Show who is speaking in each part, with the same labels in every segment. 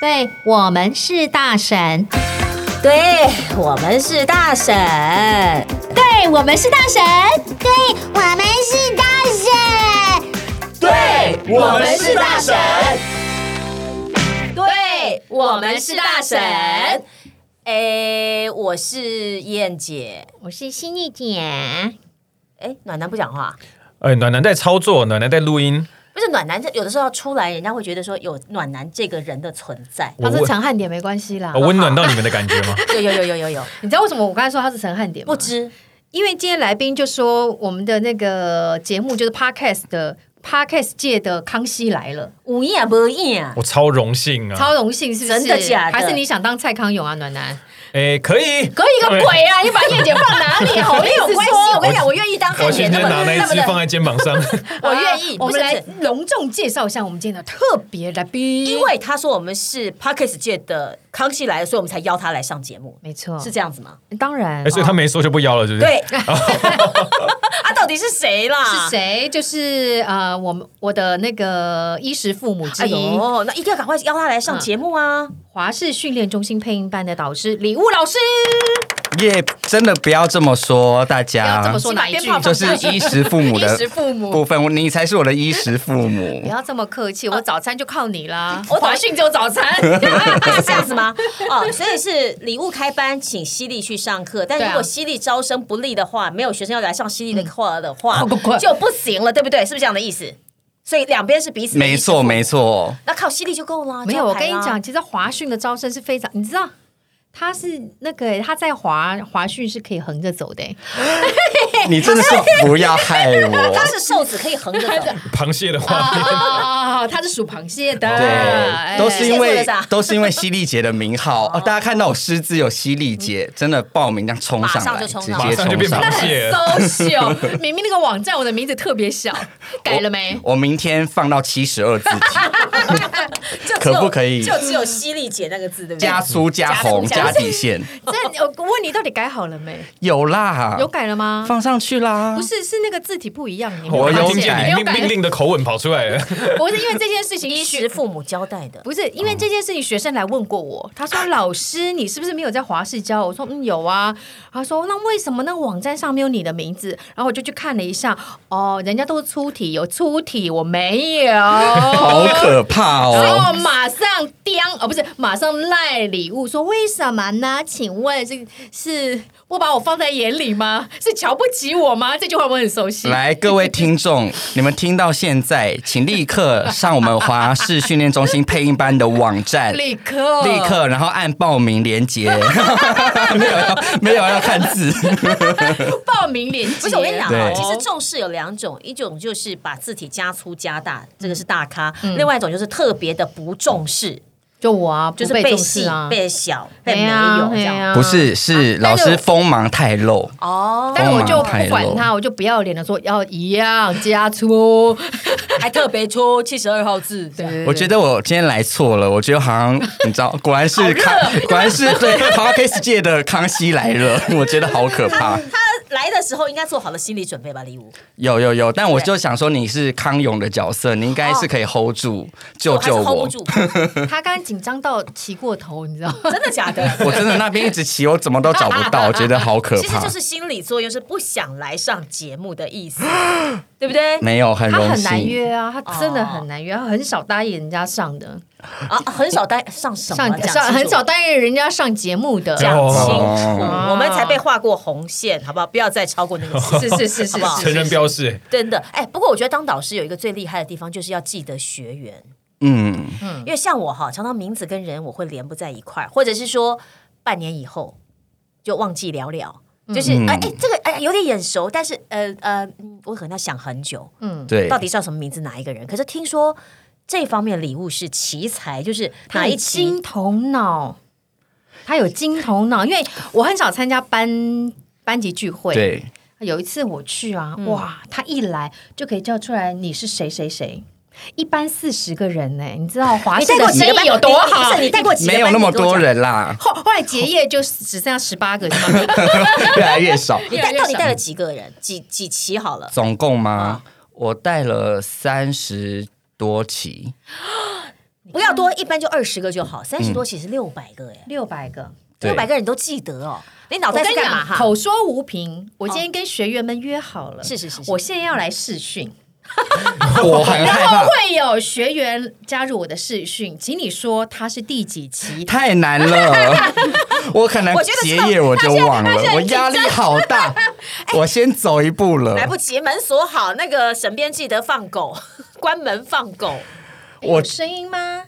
Speaker 1: 对我们是大神，
Speaker 2: 对我们是大婶，
Speaker 1: 对我们是大神，
Speaker 3: 对我们是大神，
Speaker 4: 对我们是大神，
Speaker 2: 对我们是大神。哎，我是燕姐。
Speaker 1: 我是心意姐。
Speaker 2: 哎，暖男不讲话，
Speaker 4: 哎，暖男在操作，暖男在录音。
Speaker 2: 不是暖男，有的时候要出来，人家会觉得说有暖男这个人的存在。
Speaker 5: 他
Speaker 4: 我
Speaker 5: 是
Speaker 4: 温
Speaker 5: 陈汉典没关系啦
Speaker 4: 我。哦温暖到你们的感觉吗？
Speaker 2: 有有有有有 有，
Speaker 5: 你知道为什么我刚才说他是陈汉典吗？
Speaker 2: 不知
Speaker 5: 因为今天来宾就说我们的那个节目就是 podcast 的 podcast 界的康熙来了，
Speaker 2: 无影啊不影啊，
Speaker 4: 我超荣幸啊！
Speaker 5: 超荣幸是不是？
Speaker 2: 真的假的
Speaker 5: 还是你想当蔡康永啊，暖男？
Speaker 4: 哎，可以，
Speaker 5: 可以个鬼啊！你把燕姐放哪 里？好
Speaker 2: 没有关系。我跟你讲，我愿意当
Speaker 4: 我
Speaker 2: 汉
Speaker 4: 今
Speaker 2: 典
Speaker 4: 天
Speaker 2: 那么
Speaker 4: 拿那一
Speaker 2: 那么
Speaker 4: 只放
Speaker 2: 的，
Speaker 4: 在肩 膀上。
Speaker 2: 啊我愿意。
Speaker 5: 我
Speaker 2: 不
Speaker 5: 们
Speaker 2: 是
Speaker 5: 来
Speaker 2: 不是
Speaker 5: 隆重介绍一下我们今天的特别来宾，
Speaker 2: 因为他说我们是 Parkes 界的康熙来了，所以我们才邀他来上节目，
Speaker 5: 没错
Speaker 2: 是这样子吗？
Speaker 6: 哦
Speaker 5: 当然
Speaker 4: 哎，所以他没说就不邀了，就是。
Speaker 2: 对， 啊，到底是谁啦？
Speaker 5: 是？谁？就是呃，我们我的那个衣食父母之
Speaker 2: 哎
Speaker 5: 一，
Speaker 2: 呦，那一定要赶快邀他来上节目啊！
Speaker 5: 华视训练中心配音班的导师李悟老师。
Speaker 6: 耶真的不要这么说，大
Speaker 5: 不要这么
Speaker 6: 家。
Speaker 5: 说哪一
Speaker 2: 先
Speaker 5: 句？
Speaker 2: 把鞭炮
Speaker 6: 啊就是衣食父母的
Speaker 5: 衣食父母
Speaker 6: 部分，你才是我的衣食父
Speaker 5: 不
Speaker 6: 母。
Speaker 5: 要这么客气，我早餐就靠你啦。
Speaker 2: 我早
Speaker 5: 华讯只有啊早 餐，
Speaker 2: 啊是这样子吗？ 哦，所以是礼物开班，请犀利去上课。但
Speaker 5: 对啊
Speaker 2: 如果犀利招生不利的话，没有学生要来上犀利的课的话
Speaker 5: 嗯快快快，
Speaker 2: 就不行了，对不对？是不是这样的意思？所以两边是彼此
Speaker 6: 没错，没
Speaker 2: 错。
Speaker 6: 错。
Speaker 2: 那靠犀利就够了。
Speaker 5: 没有。我
Speaker 2: 就
Speaker 5: 跟
Speaker 2: 排
Speaker 5: 你
Speaker 2: 啦
Speaker 5: 讲，，其实华讯的招生是非常，你知道。他是那个、他在华华讯是可以横着走的、
Speaker 6: 你真的是不要害我
Speaker 2: 他。是瘦子可以横着走，
Speaker 4: 螃蟹的
Speaker 5: 啊
Speaker 4: 话，
Speaker 5: 啊啊！他是属螃蟹的，哎
Speaker 6: 对，都是因
Speaker 2: 谢谢
Speaker 6: 为
Speaker 2: 作者
Speaker 6: 都是因为犀利姐的名号哦，大家看到我师资有犀利姐，真的报名这样冲上
Speaker 2: 马上
Speaker 6: 来，
Speaker 2: 就
Speaker 6: 直
Speaker 2: 冲
Speaker 6: 接
Speaker 2: 上
Speaker 4: 来马上就
Speaker 6: 冲
Speaker 4: 变
Speaker 6: 上
Speaker 4: 螃
Speaker 6: 来。
Speaker 4: 蟹了。
Speaker 5: 很 social。明明那个网站我的名字特别小，改了没？
Speaker 6: 我明天放到七十二字体，
Speaker 2: 就只有
Speaker 6: 可不可以
Speaker 2: 就只有犀利姐那个字，对不对？
Speaker 6: 加粗加红加底线，
Speaker 5: 这我问你到底改好了没？
Speaker 6: 有啦，
Speaker 5: 有改了吗？
Speaker 6: 放上去啦。
Speaker 5: 不是，是那个字体不一样。你没
Speaker 4: 我
Speaker 5: 有
Speaker 4: 有
Speaker 5: 发
Speaker 4: 听
Speaker 5: 现？没
Speaker 4: 见
Speaker 5: 有
Speaker 4: 你命
Speaker 5: 改
Speaker 4: 命， 令的口吻跑出来了。
Speaker 5: 不是因为这件事情
Speaker 2: 衣
Speaker 5: 学
Speaker 2: 食父母交代的。
Speaker 5: 不是因为这件事情，学生来问过我，他说：“老师，你是不是没有在华视教？”我说：“嗯，有啊。”他说：“那为什么那个网站上没有你的名字？”然后我就去看了一下，哦，人家都是粗体，有粗体，我没有。
Speaker 6: 好可怕
Speaker 5: 然后
Speaker 6: 哦！
Speaker 5: 马上叮，哦，不是，马上赖礼物说为什么呢？请问这是不把我放在眼里吗？是瞧不起我吗？这句话我很熟悉。
Speaker 6: 来，各位听 众，你们听到现在，请立刻上我们华视训练中心配音班的网站，
Speaker 5: 立刻，
Speaker 6: 立刻，然后按报名连接。 没有要，没有要看 字，
Speaker 5: 报名链接。
Speaker 2: 不是我跟你讲啊，
Speaker 6: 对
Speaker 2: 其实重视有两种，一种就是把字体加粗加大，这个是大咖；另外一种就是特别的不重视，
Speaker 5: 就我啊，不
Speaker 2: 就是
Speaker 5: 被
Speaker 2: 被
Speaker 5: 重视
Speaker 2: 细
Speaker 5: 啊、，
Speaker 2: 被小、被
Speaker 5: 哎
Speaker 2: 没
Speaker 5: 呀
Speaker 2: 有这
Speaker 5: 哎
Speaker 2: 样。
Speaker 5: 呀
Speaker 6: 不是，
Speaker 2: 啊
Speaker 6: 是老师锋芒太露。
Speaker 2: 哦，
Speaker 5: 但是我就
Speaker 6: 锋芒
Speaker 5: 不
Speaker 6: 太
Speaker 5: 管
Speaker 6: 露
Speaker 5: 他，我就不要脸的说要一样加粗。
Speaker 2: 还特别出七十二号字，
Speaker 5: 对
Speaker 6: 我觉得我今天来错了，我觉得好像你知道， 果然是康，果然是对 podcast 界的康熙来了，我觉得好 可怕。
Speaker 2: 来的时候应该做好了心理准备吧，礼物。
Speaker 6: 有有有，但我就想说你是康永的角色，你应该是可以 hold 住，救
Speaker 2: 哦
Speaker 6: 救
Speaker 2: 还是 hold 不
Speaker 6: 我。
Speaker 2: 住，
Speaker 5: 他刚刚紧张到骑过头，你知道吗？
Speaker 2: 真的假的？
Speaker 6: 我真的那边一直骑，我怎么都找不到，我觉得好可
Speaker 2: 其实
Speaker 6: 怕
Speaker 2: 就。是心理作用，是不想来上节目的意思，对不对？
Speaker 6: 没有，很
Speaker 5: 他
Speaker 6: 荣
Speaker 5: 很难
Speaker 6: 幸。
Speaker 5: 约啊，他真的很难约，他很少答应人家上的，
Speaker 2: 啊，很少带上什么啊
Speaker 5: 上
Speaker 2: 讲
Speaker 5: 上
Speaker 2: 清楚
Speaker 5: 很少答应人家上节目的。
Speaker 2: 讲清楚，
Speaker 6: 哦
Speaker 2: 我们才被划过红线，好不好？不要再超过那个线。
Speaker 5: 是是是是
Speaker 2: 好不好
Speaker 4: 成人标示，
Speaker 2: 真的，哎、不过我觉得当导师有一个最厉害的地方，就是要记得学员，
Speaker 6: 嗯，
Speaker 2: 因为像我哈，常常名字跟人我会连不在一块儿，或者是说半年以后就忘记聊聊，就是哎
Speaker 6: 嗯
Speaker 2: 哎、这个哎、有点眼熟，但是呃呃，嗯我可能要想很久，嗯
Speaker 6: 对
Speaker 2: 到。底叫什么名字，哪一个人？可是听说这方面礼物是奇才，就是哪
Speaker 5: 他有
Speaker 2: 一期
Speaker 5: 金头脑，他有金头脑，因为我很少参加班班级聚会。，
Speaker 6: 对，
Speaker 5: 有一次我去啊，
Speaker 2: 嗯
Speaker 5: 哇，他一来就可以叫出来你是谁谁谁。一般四十个人呢、你知道华
Speaker 2: 你
Speaker 5: 视
Speaker 2: 带
Speaker 5: 的
Speaker 2: 过
Speaker 5: 生
Speaker 2: 几哎个
Speaker 5: 意
Speaker 2: 班
Speaker 5: 有多好
Speaker 2: 不？是你带过几个
Speaker 6: 没有
Speaker 2: 班
Speaker 6: 那么
Speaker 2: 你给我
Speaker 6: 多
Speaker 2: 讲
Speaker 6: 人啦，
Speaker 5: 后后来结业就只剩下十八个，是吗？
Speaker 6: 越来越少。
Speaker 2: 你
Speaker 5: 越来
Speaker 2: 带
Speaker 5: 越
Speaker 2: 到底
Speaker 5: 少
Speaker 2: 带了几个人？几几期好了？啊
Speaker 6: 总共吗？我带了三十多期，
Speaker 2: 不要多，一般就二十个就好，三十多其实六百个耶，
Speaker 5: 六百个。
Speaker 6: 对
Speaker 2: 六百个人都记得哦，你脑
Speaker 5: 我
Speaker 2: 袋
Speaker 5: 跟
Speaker 2: 是
Speaker 5: 你
Speaker 2: 干嘛
Speaker 5: 讲，
Speaker 2: 哈？哦
Speaker 5: 口说无凭。我今天跟学员们约好了，
Speaker 2: 是是是是
Speaker 5: 我现在要来试训，
Speaker 6: 我很害怕，
Speaker 5: 会有学员加入我的试训，请你说他是第几 期？
Speaker 6: 太 难了，我可能
Speaker 2: 我觉得
Speaker 6: 结
Speaker 2: 这个
Speaker 6: 业我就忘了，我压力好 大，我先走一步了，
Speaker 2: 哎来不及，门锁好，那个沈编记得放狗， 关门放狗。
Speaker 6: 我
Speaker 5: 哎有声音吗？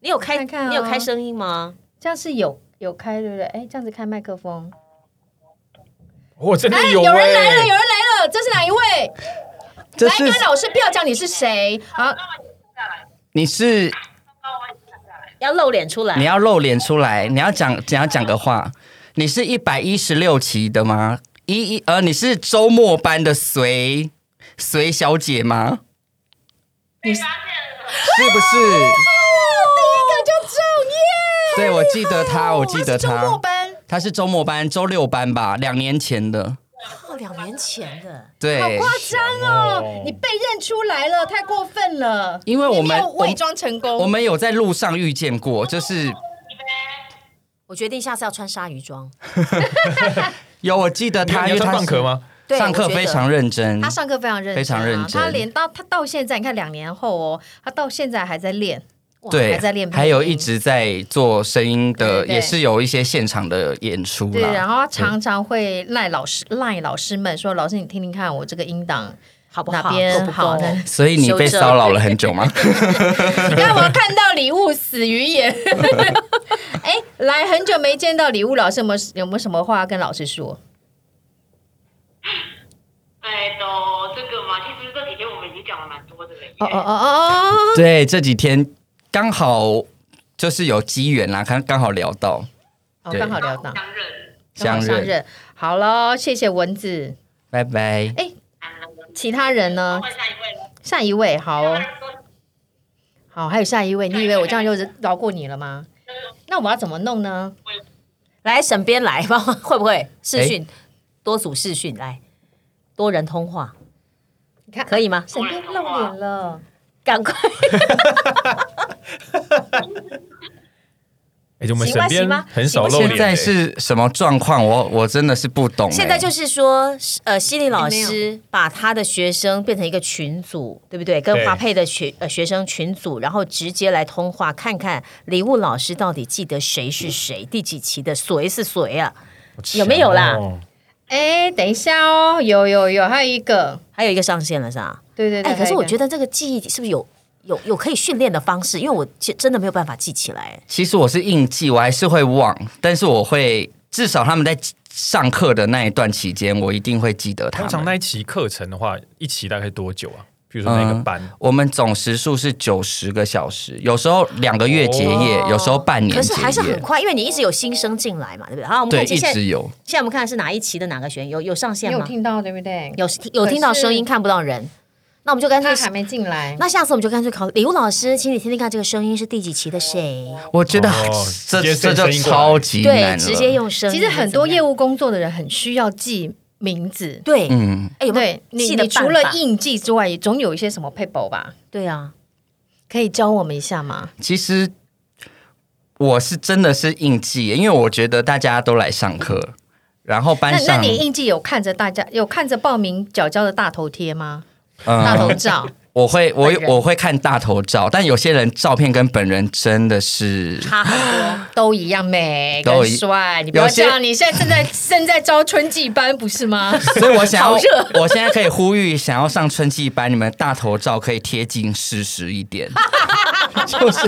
Speaker 2: 你有开
Speaker 5: 看看哦
Speaker 2: 你有开声音吗？
Speaker 5: 这样是有有开对不对？哎，这样子开麦克风。
Speaker 4: 我哦真的
Speaker 5: 哎，
Speaker 4: 有
Speaker 5: 有人来了，有人
Speaker 4: 哎，
Speaker 5: 来了，这是哪一位？
Speaker 6: 这
Speaker 5: 来
Speaker 6: 是
Speaker 5: 跟老师不要讲你是谁啊？
Speaker 6: 你是
Speaker 2: 要露脸出来
Speaker 6: 你。要露脸出来，你要讲你要讲个话，你是一百一十六期的吗？一一呃，你是周末班的隋隋小姐吗？你是不是？第一个就中耶！对，我记得她， 啊我记得
Speaker 5: 周末
Speaker 6: 她，
Speaker 5: 班，
Speaker 6: 她是周末班，周六班吧，两年前的。
Speaker 2: 哦，两年前的，
Speaker 6: 对，
Speaker 5: 夸张哦！你被认出来了，太过分了。
Speaker 6: 啊因为我们
Speaker 5: 你没有伪装成功，
Speaker 6: 我们有在路上遇见过，就是
Speaker 2: 我决定下次要穿鲨鱼装。
Speaker 6: 有我记得
Speaker 4: 你
Speaker 6: 她，
Speaker 4: 你
Speaker 6: 因
Speaker 4: 要穿
Speaker 6: 为她
Speaker 4: 蚌壳
Speaker 6: 是
Speaker 4: 吗？
Speaker 2: 对
Speaker 6: 上课
Speaker 2: 我觉得
Speaker 6: 非常认真，
Speaker 5: 他上课非常认真啊、
Speaker 6: 非常认真
Speaker 5: 他连到他到现在，你看两年后哦，他到现在还在练，哇
Speaker 6: 对，
Speaker 5: 还在练，
Speaker 6: 还有一。直在做声音的，
Speaker 5: 对对
Speaker 6: 也是有一些现场的演出
Speaker 5: 对，然
Speaker 6: 啦。
Speaker 5: 后他常常会赖老师赖老师们说：“老师，你听听看，我这个音档
Speaker 2: 好不好？
Speaker 5: 哪边
Speaker 2: 够不
Speaker 5: 好
Speaker 2: 够？
Speaker 5: 呢？
Speaker 6: 所以你被骚扰了很久吗？
Speaker 5: 你看我看到礼物死鱼眼。 哎，来很久没见到礼物老师，有没有有没有什么话要跟老师说？
Speaker 7: 哎，都这个嘛，其实这几天我们已经讲了蛮多的了耶。
Speaker 5: 哦哦哦哦哦，
Speaker 6: 对，这几天刚好就是有机缘啦，刚刚好聊到
Speaker 5: 哦
Speaker 6: 对
Speaker 5: 刚好聊到
Speaker 7: 相认，
Speaker 6: 相
Speaker 5: 刚好
Speaker 6: 认，
Speaker 5: 好喽，谢谢蚊子。
Speaker 6: 拜拜。
Speaker 5: 其他人呢？
Speaker 7: 嗯换下一位了。
Speaker 5: 下一位，嗯好哦、
Speaker 7: 说
Speaker 5: 好，还有下一位，你以为我这样就是饶过你了吗？那我要怎么弄呢？
Speaker 2: 来，沈编来吧，帮我 会不会视
Speaker 6: 哎
Speaker 2: 讯、多组视讯来，多人通话
Speaker 5: 你看
Speaker 2: 可以吗？
Speaker 5: 沈边露脸了，
Speaker 2: 赶快，
Speaker 4: 哎，就我们
Speaker 2: 行吗
Speaker 4: 身边
Speaker 2: 行吗
Speaker 4: 很少露脸。
Speaker 6: 现在是什么状况？我我真的是不懂欸。
Speaker 2: 现在就是说，呃，心理老
Speaker 5: 哎没有
Speaker 2: 师把他的学生变成一个群组，对不对？跟
Speaker 4: 对
Speaker 2: 华佩的学呃学生群组，然后直接来通话，看看礼物老师到底记得谁是谁，第几期的谁是谁啊？有没有啦
Speaker 4: 哦
Speaker 5: 哎，等一下哦，有有有，还有一个，
Speaker 2: 还有一个上线了是吧？
Speaker 5: 对对对，
Speaker 2: 哎，可是我觉
Speaker 5: 得
Speaker 2: 得这个记忆是不是有有有可以训练的方式？因为我其真的没有办法记起来。
Speaker 6: 其实我是应记，我还是会忘，但是我会至少他们在上课的那一段期间，我一定会记得他
Speaker 4: 通
Speaker 6: 们。
Speaker 4: 常那一期课程的话，一期大概多久啊？比如说
Speaker 6: 嗯
Speaker 4: 那个班，
Speaker 2: 啊
Speaker 6: 我们总时数是九十个小时，有时候两个月结业，
Speaker 4: 哦
Speaker 6: 有时候半年
Speaker 2: 可
Speaker 6: 结
Speaker 2: 是还是很
Speaker 6: 业，
Speaker 2: 快，因为你一直有新生进来嘛，对不对？好，我们
Speaker 6: 对，
Speaker 2: 看一下
Speaker 6: 一
Speaker 2: 现在
Speaker 6: 直有。
Speaker 2: 现在我们看是哪一期的哪个学员有有上
Speaker 5: 你
Speaker 2: 线
Speaker 5: 有
Speaker 2: 吗？
Speaker 5: 听到对不对？
Speaker 2: 有有听到声音，看不到人，那我们就干脆
Speaker 5: 他还没进来，
Speaker 2: 那下次我们就干脆考礼物老师，请你听听看这个声音是第几期的谁？
Speaker 6: 我觉得
Speaker 4: 哦
Speaker 6: 这
Speaker 4: 直接
Speaker 6: 这
Speaker 4: 伸
Speaker 6: 就
Speaker 4: 声音过来
Speaker 6: 超级
Speaker 2: 对，
Speaker 6: 嗯难
Speaker 2: 直接
Speaker 6: 了。
Speaker 2: 用声音。
Speaker 5: 其实很多业
Speaker 2: 务
Speaker 5: 务工作的人很需要记名字。
Speaker 2: 对，
Speaker 6: 嗯，
Speaker 2: 哎，有没有
Speaker 5: 对你，
Speaker 2: 记得
Speaker 5: 你除
Speaker 2: 办
Speaker 5: 了
Speaker 2: 法
Speaker 5: 印记之外，总有一些什么 paper 吧？
Speaker 2: 对啊，
Speaker 5: 可以教我们一下吗？
Speaker 6: 其实我是真的是应记，因为我觉得大家都来上课，然后
Speaker 5: 那
Speaker 6: 班
Speaker 5: 那
Speaker 6: 上
Speaker 5: 你印记有看着大家有看着报名角角的大头贴吗？大头
Speaker 6: 嗯，
Speaker 5: 照，
Speaker 6: 我会我
Speaker 5: 本人
Speaker 6: 我会看大头照，但有些人照片跟本人真的 是
Speaker 2: 差很多。
Speaker 5: 都一样美
Speaker 6: 都
Speaker 5: 跟
Speaker 6: 一
Speaker 5: 帅，你不要
Speaker 6: 有些
Speaker 5: 这样，你现在正在正在招春季班不是 吗？
Speaker 6: 所以我想要，我现在可以呼吁，想要上春季班，你们大头照可以贴近事实 一点。就是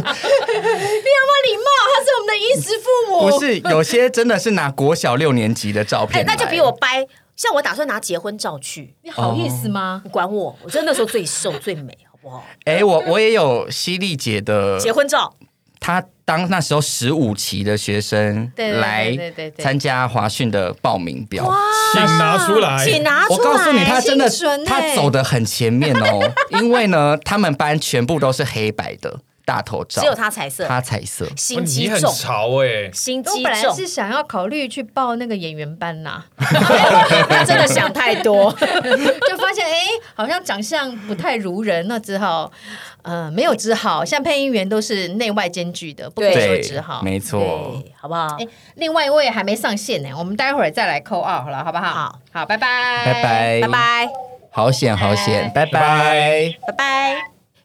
Speaker 5: 礼貌，他是我们的衣食父母
Speaker 6: 不是有些真的是拿国小六年级的照
Speaker 2: 哎
Speaker 6: 片，来，
Speaker 2: 那就比我掰。像我打算拿结婚照去，
Speaker 5: 你好意思吗？
Speaker 2: 你管我？我真的那时候最瘦最美，好不好？
Speaker 6: 哎，我我也有犀利姐的，
Speaker 2: 结婚照，
Speaker 6: 她当那时候十五期的学生
Speaker 5: 对对对
Speaker 6: 来
Speaker 5: 对对对
Speaker 6: 参加华讯的报名表，
Speaker 4: 请拿出来，
Speaker 2: 请拿出
Speaker 6: 我
Speaker 2: 来。
Speaker 6: 告诉你，她真的
Speaker 5: 幸存欸
Speaker 6: 她走的很前面哦，因为呢，他们班全部都是黑白的。大头照，
Speaker 2: 只有他彩色，
Speaker 6: 他彩色。
Speaker 2: 心
Speaker 4: 哦你
Speaker 2: 机
Speaker 4: 很
Speaker 2: 重，
Speaker 4: 潮哎，
Speaker 2: 心
Speaker 5: 我
Speaker 2: 机
Speaker 5: 本来
Speaker 2: 重
Speaker 5: 是，想要考虑去报那个演员班呐、
Speaker 2: 他真的想太 多。
Speaker 5: 就发现哎、诶好像长相不太如人，那只好呃没有只好，像配音员都是内外兼具的，不可以说
Speaker 6: 对
Speaker 5: 只好，。
Speaker 6: 没错。哎
Speaker 2: 对，好不好？
Speaker 5: 诶另外一位还没上线呢，我们待会儿再来扣二好了，好不好？
Speaker 2: 好，
Speaker 5: 好，拜拜，
Speaker 6: 拜。拜，
Speaker 2: 拜，拜，
Speaker 6: 好险好险，拜拜
Speaker 4: 拜。
Speaker 2: 拜拜。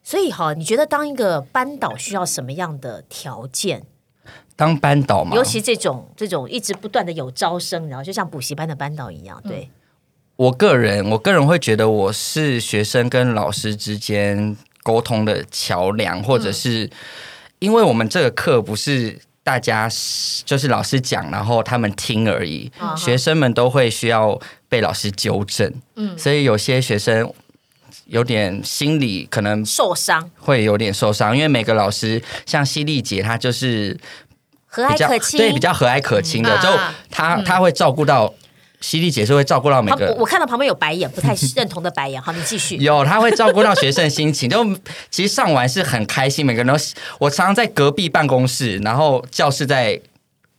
Speaker 2: 所以哈，你觉得当一个班导需要什么样的条件？
Speaker 6: 当班导嘛，
Speaker 2: 尤其这种这种一直不断的有招生，然后就像补习班的班导一样，对，
Speaker 6: 我个人，我个人会觉得我是学生跟老师之间沟通的桥梁，
Speaker 2: 嗯
Speaker 6: 或者是因为我们这个课不是。大家就是老师讲，然后他们听而已。
Speaker 2: 嗯
Speaker 6: 学生们都会需要被老师纠正，嗯，所以有些学生有点心理可能
Speaker 2: 受伤
Speaker 6: 会有点受伤，因为每个老师像犀利姐，她就是
Speaker 2: 和
Speaker 6: 比
Speaker 2: 蔼
Speaker 6: 较
Speaker 2: 可亲，
Speaker 6: 对比较和蔼可亲的，
Speaker 5: 嗯
Speaker 6: 就
Speaker 5: 啊
Speaker 6: 她她会照顾到犀利姐是会照顾到每
Speaker 2: 旁。
Speaker 6: 个
Speaker 2: 我我看到旁边有白眼，不太认同的白眼。好，你继续。
Speaker 6: 有，他会照顾到学生的心情。就 其实上完是很开心，每个人都。我常常在隔壁办公室，然后教室在，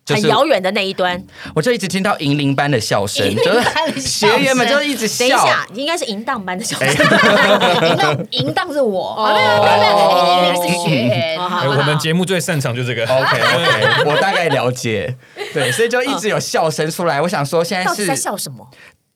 Speaker 6: 就
Speaker 2: 很
Speaker 6: 是
Speaker 2: 遥远的那一端，
Speaker 6: 我就一直听到银铃般的笑声，就是学员们就一直
Speaker 2: 等一
Speaker 6: 笑。
Speaker 2: 下，你应该是淫荡班的小孩。
Speaker 5: 淫荡淫荡是我，哦，没有没有没有，诶淫荡是学员。
Speaker 2: 嗯好好
Speaker 4: 哎，
Speaker 2: 好
Speaker 4: 我们节目最擅长就这个，
Speaker 6: OK OK，我大概了解。对，所以就一直有笑声出来。我想说，现在
Speaker 2: 到底在
Speaker 6: 是
Speaker 2: 笑什么？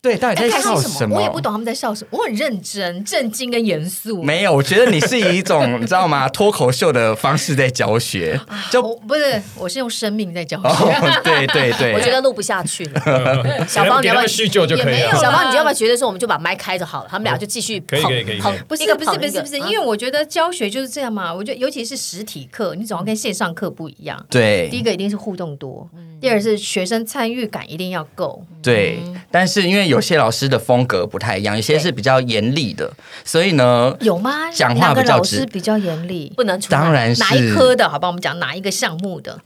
Speaker 6: 对，到底在
Speaker 5: 哎在
Speaker 6: 笑
Speaker 5: 笑
Speaker 6: 什么？
Speaker 5: 我也不懂他们在笑什么，我很认真、震惊跟严肃。
Speaker 6: 没有，我觉得你是以一种你知道吗脱口秀的方式在教学， 就
Speaker 5: 我哦不是，我是用生命在教学。
Speaker 6: 哦，对对对，
Speaker 2: 我觉得录不下去 了。小芳，你
Speaker 4: 给
Speaker 2: 要不要
Speaker 4: 他们？叙旧就可以
Speaker 5: 也没有
Speaker 4: 了。
Speaker 2: 小芳，你要不要觉得说我们就把麦开着好了？他们俩就继续
Speaker 4: 可以
Speaker 2: 捧
Speaker 4: 可以可以
Speaker 2: 捧
Speaker 4: 可以
Speaker 5: 不是
Speaker 2: 一个
Speaker 5: 不
Speaker 2: 捧
Speaker 5: 是不
Speaker 2: 一个
Speaker 5: 是不是，
Speaker 2: 啊
Speaker 5: 因为我觉得教学就是这样嘛。我觉得尤其是实体课，你总要跟线上课不一
Speaker 2: 嗯
Speaker 5: 样。
Speaker 6: 对。
Speaker 5: 第一个一定是互动多，第二是学生参与感一定要够。
Speaker 2: 嗯
Speaker 6: 对，但是因为有些老师的风格不太一样，有些是比较严厉的，所以呢，
Speaker 5: 有吗？
Speaker 6: 讲
Speaker 5: 哪
Speaker 6: 话
Speaker 5: 个
Speaker 6: 比较
Speaker 5: 老
Speaker 6: 直
Speaker 5: 师比较严厉？
Speaker 2: 不能出来
Speaker 6: 当然是
Speaker 5: 哪一科的？好吧，我们讲哪一个项目的？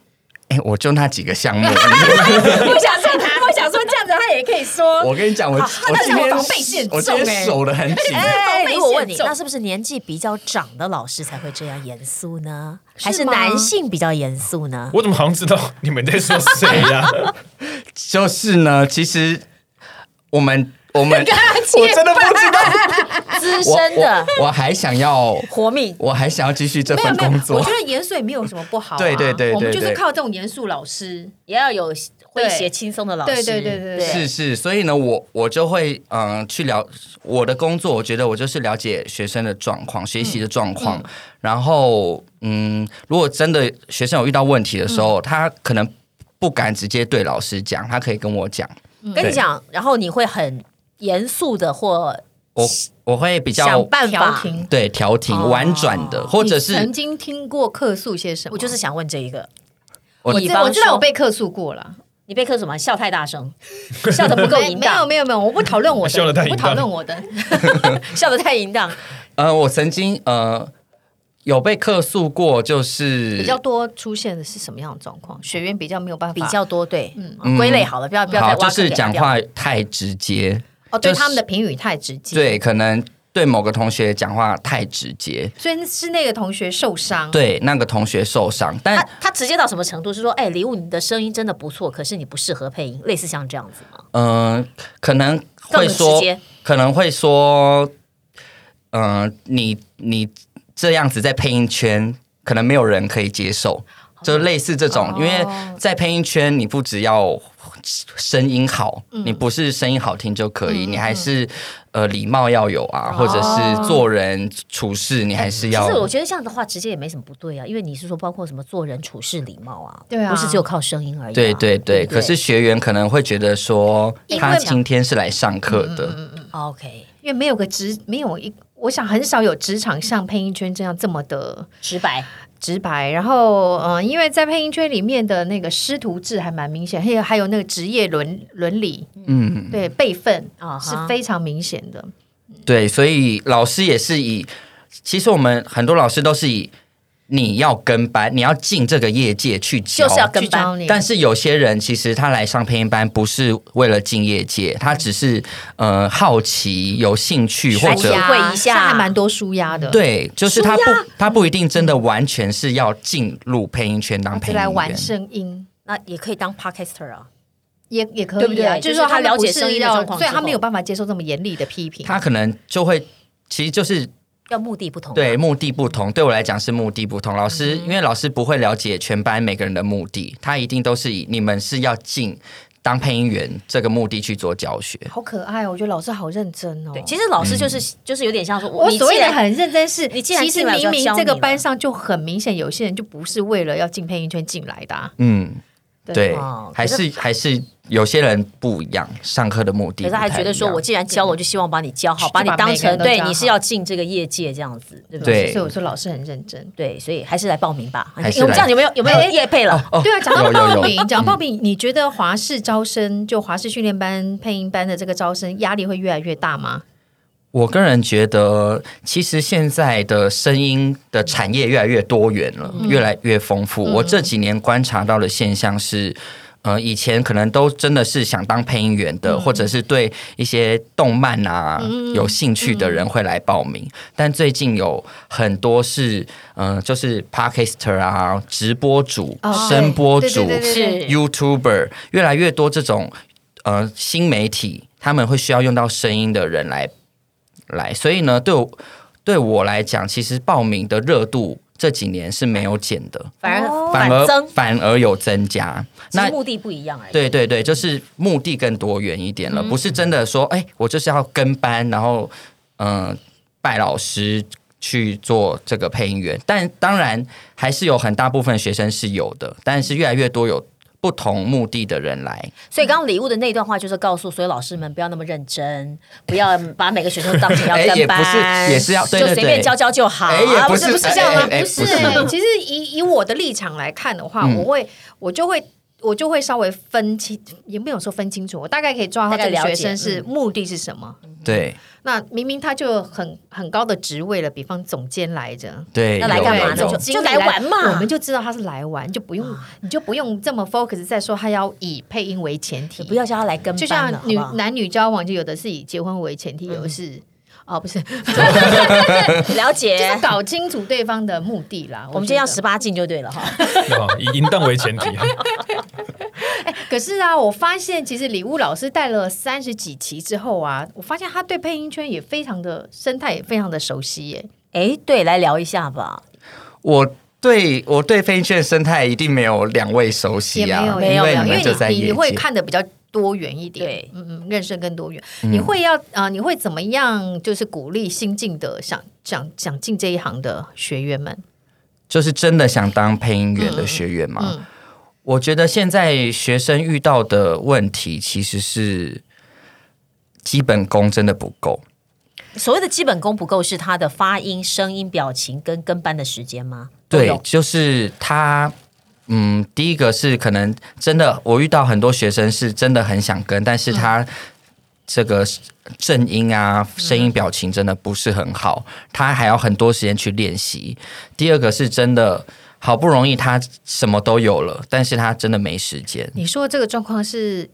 Speaker 6: 哎，我就那几个项 目。
Speaker 2: 我想说，我想说这样子他也可以说。
Speaker 6: 我跟你讲，我我
Speaker 5: 那
Speaker 6: 今
Speaker 5: 我
Speaker 6: 天
Speaker 5: 防备心
Speaker 6: 我
Speaker 5: 很
Speaker 6: 今
Speaker 5: 重
Speaker 6: 天
Speaker 5: 哎
Speaker 6: 守的很紧。
Speaker 2: 哎，
Speaker 5: 防备
Speaker 2: 如果
Speaker 5: 心
Speaker 2: 问你，
Speaker 5: 重
Speaker 2: 那是不是年纪比较长的老师才会这样严肃呢？还是
Speaker 5: 是吗
Speaker 2: 男性比较严肃呢？
Speaker 4: 我怎么好像知道你们在说谁 呀？
Speaker 6: 就是呢，其实我们我们我真的不知道，
Speaker 2: 资
Speaker 6: 我
Speaker 2: 深的
Speaker 6: 我我还想要，
Speaker 2: 活命，
Speaker 6: 我还想要继续这
Speaker 5: 没有
Speaker 6: 份
Speaker 5: 没有
Speaker 6: 工，
Speaker 5: 我
Speaker 6: 作
Speaker 5: 觉。得严肃也没有什么不好啊。
Speaker 6: 对对对对
Speaker 5: 我们就是
Speaker 6: 对
Speaker 5: 靠这种严肃老师。
Speaker 2: 也要有诙谐轻松的老师。
Speaker 5: 对对对对对
Speaker 6: 是是，所以呢，我我就会嗯、呃去了我的工作，我觉得我就是了解学生的状况、学习的状况，
Speaker 2: 嗯
Speaker 6: 然后嗯，如果真的学生有遇到问题的时
Speaker 2: 嗯
Speaker 6: 候，他可能不敢直接对老师讲，他可以跟我讲，
Speaker 2: 跟你讲，然后你会很严肃的或
Speaker 6: 我我会比
Speaker 2: 想
Speaker 6: 较
Speaker 2: 办
Speaker 5: 调
Speaker 2: 法。
Speaker 5: 停，
Speaker 6: 对调停、
Speaker 2: 哦
Speaker 6: 婉转的，或者
Speaker 5: 你曾
Speaker 6: 是
Speaker 5: 经听过客诉些什么？
Speaker 2: 我就是想问这一个，
Speaker 6: 我
Speaker 2: 以
Speaker 5: 知
Speaker 2: 防
Speaker 5: 我知道
Speaker 2: 说
Speaker 5: 我被客诉过了，
Speaker 2: 你被克什么？笑太大 声，笑得不够
Speaker 5: 没
Speaker 2: 淫
Speaker 5: 没有
Speaker 2: 荡，
Speaker 5: 没有没有，我不讨论我
Speaker 4: 笑得
Speaker 5: 的，我
Speaker 4: 太
Speaker 5: 不
Speaker 4: 淫荡
Speaker 5: 讨论我的。
Speaker 6: 嗯
Speaker 2: 笑得太淫荡。
Speaker 6: 呃，我曾经呃有被客诉过，就是
Speaker 5: 比较多出现的是什么样的状况？学员比较没有办法
Speaker 2: 比较多，对，
Speaker 6: 嗯
Speaker 2: 嗯，归类好了，不要不要再
Speaker 6: 好，
Speaker 2: 挖
Speaker 6: 就
Speaker 2: 坑
Speaker 6: 是
Speaker 2: 给他
Speaker 6: 讲
Speaker 2: 掉。
Speaker 6: 话太直接，
Speaker 5: 哦，对
Speaker 6: 就是
Speaker 5: 他们的评语太直接，，
Speaker 6: 对，可能对某个同学讲话太直接，
Speaker 5: 所以是那个同学受
Speaker 2: 嗯
Speaker 5: 伤，，
Speaker 6: 对那个同学受伤，
Speaker 2: 他
Speaker 6: 但
Speaker 2: 他直接到什么程度？是说，哎，礼物你的声音真的不错，可是你不适合配音，类似像这样子吗？
Speaker 6: 嗯、呃可能会
Speaker 2: 更直
Speaker 6: 说，
Speaker 2: 接，
Speaker 6: 可能会说，嗯、你你这样子在配音圈，可能没有人可以接受，
Speaker 2: 哦
Speaker 6: 就类似这种，因为在配音圈，你不只要声音好，
Speaker 2: 嗯
Speaker 6: 你不是声音好听就可以，你还是呃礼貌要有啊，或者是做人处事，你还是
Speaker 2: 哦其
Speaker 6: 要。
Speaker 2: 实我觉得这样的话直接也没什么不对啊，因为你是说包括什么做人处事礼貌啊，
Speaker 5: 对啊
Speaker 2: 不是只有靠声音而已啊。
Speaker 6: 对对对，
Speaker 2: 对不对，
Speaker 6: 可是学员可能会觉得说，
Speaker 5: 因为
Speaker 6: 他今天是来上课的，
Speaker 2: OK
Speaker 5: 因为没有个职，没有一，我想很少有职场像配音圈这样这么的
Speaker 2: 直白，
Speaker 5: 直白。然后，嗯、因为在配音圈里面的那个师徒制还蛮明显，还有还有那个职业伦伦理，
Speaker 6: 嗯，
Speaker 5: 对辈分
Speaker 2: 啊
Speaker 5: 是
Speaker 2: 哈
Speaker 5: 非常明显的。
Speaker 6: 对，所以老师也是以，其实我们很多老师都是以你要跟班，你要进这个业界去教，
Speaker 2: 就是要跟
Speaker 5: 去找
Speaker 2: 班
Speaker 5: 你，
Speaker 6: 但是有些人其实他来上配音班不是为了进业界，他只是呃好奇、有兴趣或
Speaker 2: 来
Speaker 6: 者
Speaker 2: 体会一下
Speaker 5: 像还蛮多舒压的，，
Speaker 6: 对，就是他不他不一定真的完全是要进入配音圈当
Speaker 5: 就
Speaker 6: 配音员
Speaker 5: 来，玩声音。
Speaker 2: 那也可以当 podcaster 啊。
Speaker 5: 也也可以、啊，
Speaker 2: 对不对
Speaker 5: 就是
Speaker 2: 就是
Speaker 5: 说
Speaker 2: 他
Speaker 5: 们
Speaker 2: 了解
Speaker 5: 不是
Speaker 2: 声音的
Speaker 5: 要
Speaker 2: 状况
Speaker 5: 所以
Speaker 2: 之
Speaker 5: 他没有
Speaker 2: 后
Speaker 5: 办法接受这么严厉的批评。
Speaker 6: 他可能就会其实就是
Speaker 2: 要目的不嗯同、啊，
Speaker 6: 对，目的不同，对我来讲是目的不同。老师、因为老师不会了解全班每个人的目的，他一定都是以你们是要进当配音员这个目的去做教学。
Speaker 5: 好可爱哦，我觉得老师好认真哦。
Speaker 2: 对，其实老师就是、
Speaker 6: 嗯
Speaker 2: 就是有点像说，
Speaker 5: 我
Speaker 2: 你
Speaker 5: 所谓
Speaker 2: 既
Speaker 5: 的
Speaker 2: 然
Speaker 5: 很认真是，
Speaker 2: 你既然
Speaker 5: 其实
Speaker 2: 进来我就
Speaker 5: 明明
Speaker 2: 要教
Speaker 5: 这个
Speaker 2: 你
Speaker 5: 班
Speaker 2: 了
Speaker 5: 上就很明显，有些人就不是为了要进配音圈进来的、啊。
Speaker 6: 嗯，对
Speaker 2: 哦，
Speaker 6: 还
Speaker 2: 可
Speaker 6: 是还是有些人不一样，上课的目的
Speaker 2: 可是他还
Speaker 6: 不太
Speaker 2: 觉得
Speaker 6: 一
Speaker 2: 说，
Speaker 6: 样
Speaker 2: 我既然教了，我就希望把你教好，
Speaker 5: 就
Speaker 2: 把你
Speaker 5: 把
Speaker 2: 当
Speaker 5: 每个人
Speaker 2: 成
Speaker 5: 都
Speaker 2: 对
Speaker 5: 教好
Speaker 2: 你是要进这个业界这样子，对不对？
Speaker 6: 对
Speaker 5: 所以我说老师很认真。
Speaker 2: 对，所以还是来报名吧。哎
Speaker 6: 还是
Speaker 2: 我们
Speaker 6: 来
Speaker 2: 这样有没有有没有业配了？
Speaker 6: 哦
Speaker 5: 对啊，讲到
Speaker 6: 有有有嗯
Speaker 5: 报名，讲到报名，你觉得华视招生就华视训练班、配音班的这个招生压力会越来越大吗？
Speaker 6: 我个人觉得，其实现在的声音的产业越来越多元了，
Speaker 5: 嗯
Speaker 6: 越来越丰富。我这几年观察到的现象是。呃，以前可能都真的是想当配音员的，
Speaker 5: 嗯
Speaker 6: 或者是对一些动漫啊、有兴趣的
Speaker 5: 嗯
Speaker 6: 人会来报名，但最近有很多是，嗯、就是 podcaster 啊、直播主、
Speaker 5: 哦
Speaker 6: 声播主、
Speaker 5: 对对对对
Speaker 2: 是
Speaker 6: YouTuber 越来越多这种呃新媒体，他们会需要用到声音的人来来，所以呢，对我对我来讲，其实报名的热度这几年是没有减的，
Speaker 2: 哦反
Speaker 5: 哦
Speaker 2: 而
Speaker 6: 反而
Speaker 2: 增，
Speaker 6: 反而有增加。
Speaker 2: 其实
Speaker 6: 那
Speaker 2: 目的不一样而已。
Speaker 6: 对对对，就是目的更多元一点
Speaker 5: 嗯
Speaker 6: 了，不是真的说，哎，我就是要跟班，然后嗯、呃拜老师去做这个配音员。但当然还是有很大部分学生是有的，但是越来越多有不同目的的人来。
Speaker 2: 所以刚刚礼物的那段话就是告诉所有老师们不要那么认真，不要把每个学生都当成要
Speaker 6: 哎也
Speaker 2: 跟
Speaker 6: 不
Speaker 2: 班，
Speaker 6: 是也是要对
Speaker 2: 就
Speaker 6: 对
Speaker 2: 随
Speaker 6: 对
Speaker 2: 便教教就好。
Speaker 6: 哎也
Speaker 2: 啊
Speaker 6: 不
Speaker 2: 是
Speaker 6: 是
Speaker 2: 不
Speaker 5: 是这样吗？
Speaker 6: 哎哎
Speaker 5: 不是
Speaker 6: 不是
Speaker 5: 欸、 其实以以我的立场来看的话，
Speaker 6: 嗯
Speaker 5: 我会我就会我就会稍微分清，也没有说分清楚，我大概可以抓到
Speaker 2: 大
Speaker 5: 这
Speaker 2: 概
Speaker 5: 个
Speaker 2: 了解
Speaker 5: 学生是
Speaker 2: 嗯
Speaker 5: 目的是什么。
Speaker 6: 对
Speaker 5: 那明明他就有很很高的职位了，比方总监来着。
Speaker 6: 对，
Speaker 2: 那来
Speaker 6: 有
Speaker 2: 干嘛
Speaker 6: 有
Speaker 2: 呢
Speaker 6: 有
Speaker 2: 就
Speaker 5: 经理
Speaker 2: 来玩嘛啊
Speaker 5: 我们就知道他是来玩，就不用你就不用这么 focus 在说他要以配音为前提，
Speaker 2: 你不要叫他来跟
Speaker 5: 就
Speaker 2: 班
Speaker 5: 像
Speaker 2: 了，好
Speaker 5: 女
Speaker 2: 不好？嗯
Speaker 5: 男女交往，就有的是以结婚为前提，有的是哦不是，
Speaker 2: 了
Speaker 5: 就是
Speaker 2: 解。
Speaker 5: 搞清楚对方的目的啦。
Speaker 2: 我们今天要
Speaker 5: 觉得
Speaker 2: 十八禁就对了哈。
Speaker 4: 对吧？以淫荡为前提，啊
Speaker 5: 可是啊，我发现其实礼物老师带了三十几期之后啊，我发现他对配音圈也非常的生态也非常的熟悉耶。
Speaker 2: 哎，对，来聊一下吧。
Speaker 6: 我。对我对飞券生态一定没有两位熟悉啊，
Speaker 5: 也没有
Speaker 6: 因为
Speaker 5: 没有，
Speaker 6: 你
Speaker 5: 因为
Speaker 6: 们就在
Speaker 5: 你
Speaker 6: 业
Speaker 5: 你
Speaker 6: 界。
Speaker 5: 会看的比较多元一点，
Speaker 2: 对
Speaker 5: 嗯嗯，认识更多元。你会要啊、呃你会怎么样？就是鼓励新进的想想想进这一行的学员们，
Speaker 6: 就是真的想当配音员的学员吗？我觉得现在学生遇到的问题其实是基本功真的不够。
Speaker 2: 所谓的基本功不够，是他的发音、声音、表情跟跟班的时间吗？都
Speaker 6: 对
Speaker 2: 有，
Speaker 6: 就是他，嗯，第一个是可能真的，我遇到很多学生是真的很想跟，但是他这个正音啊、声音、表情真的不是很好，他还要很多时间去练习。第二个是真的。好不容易他什么都有了，但是他真的没时间。
Speaker 5: 你说这个状况是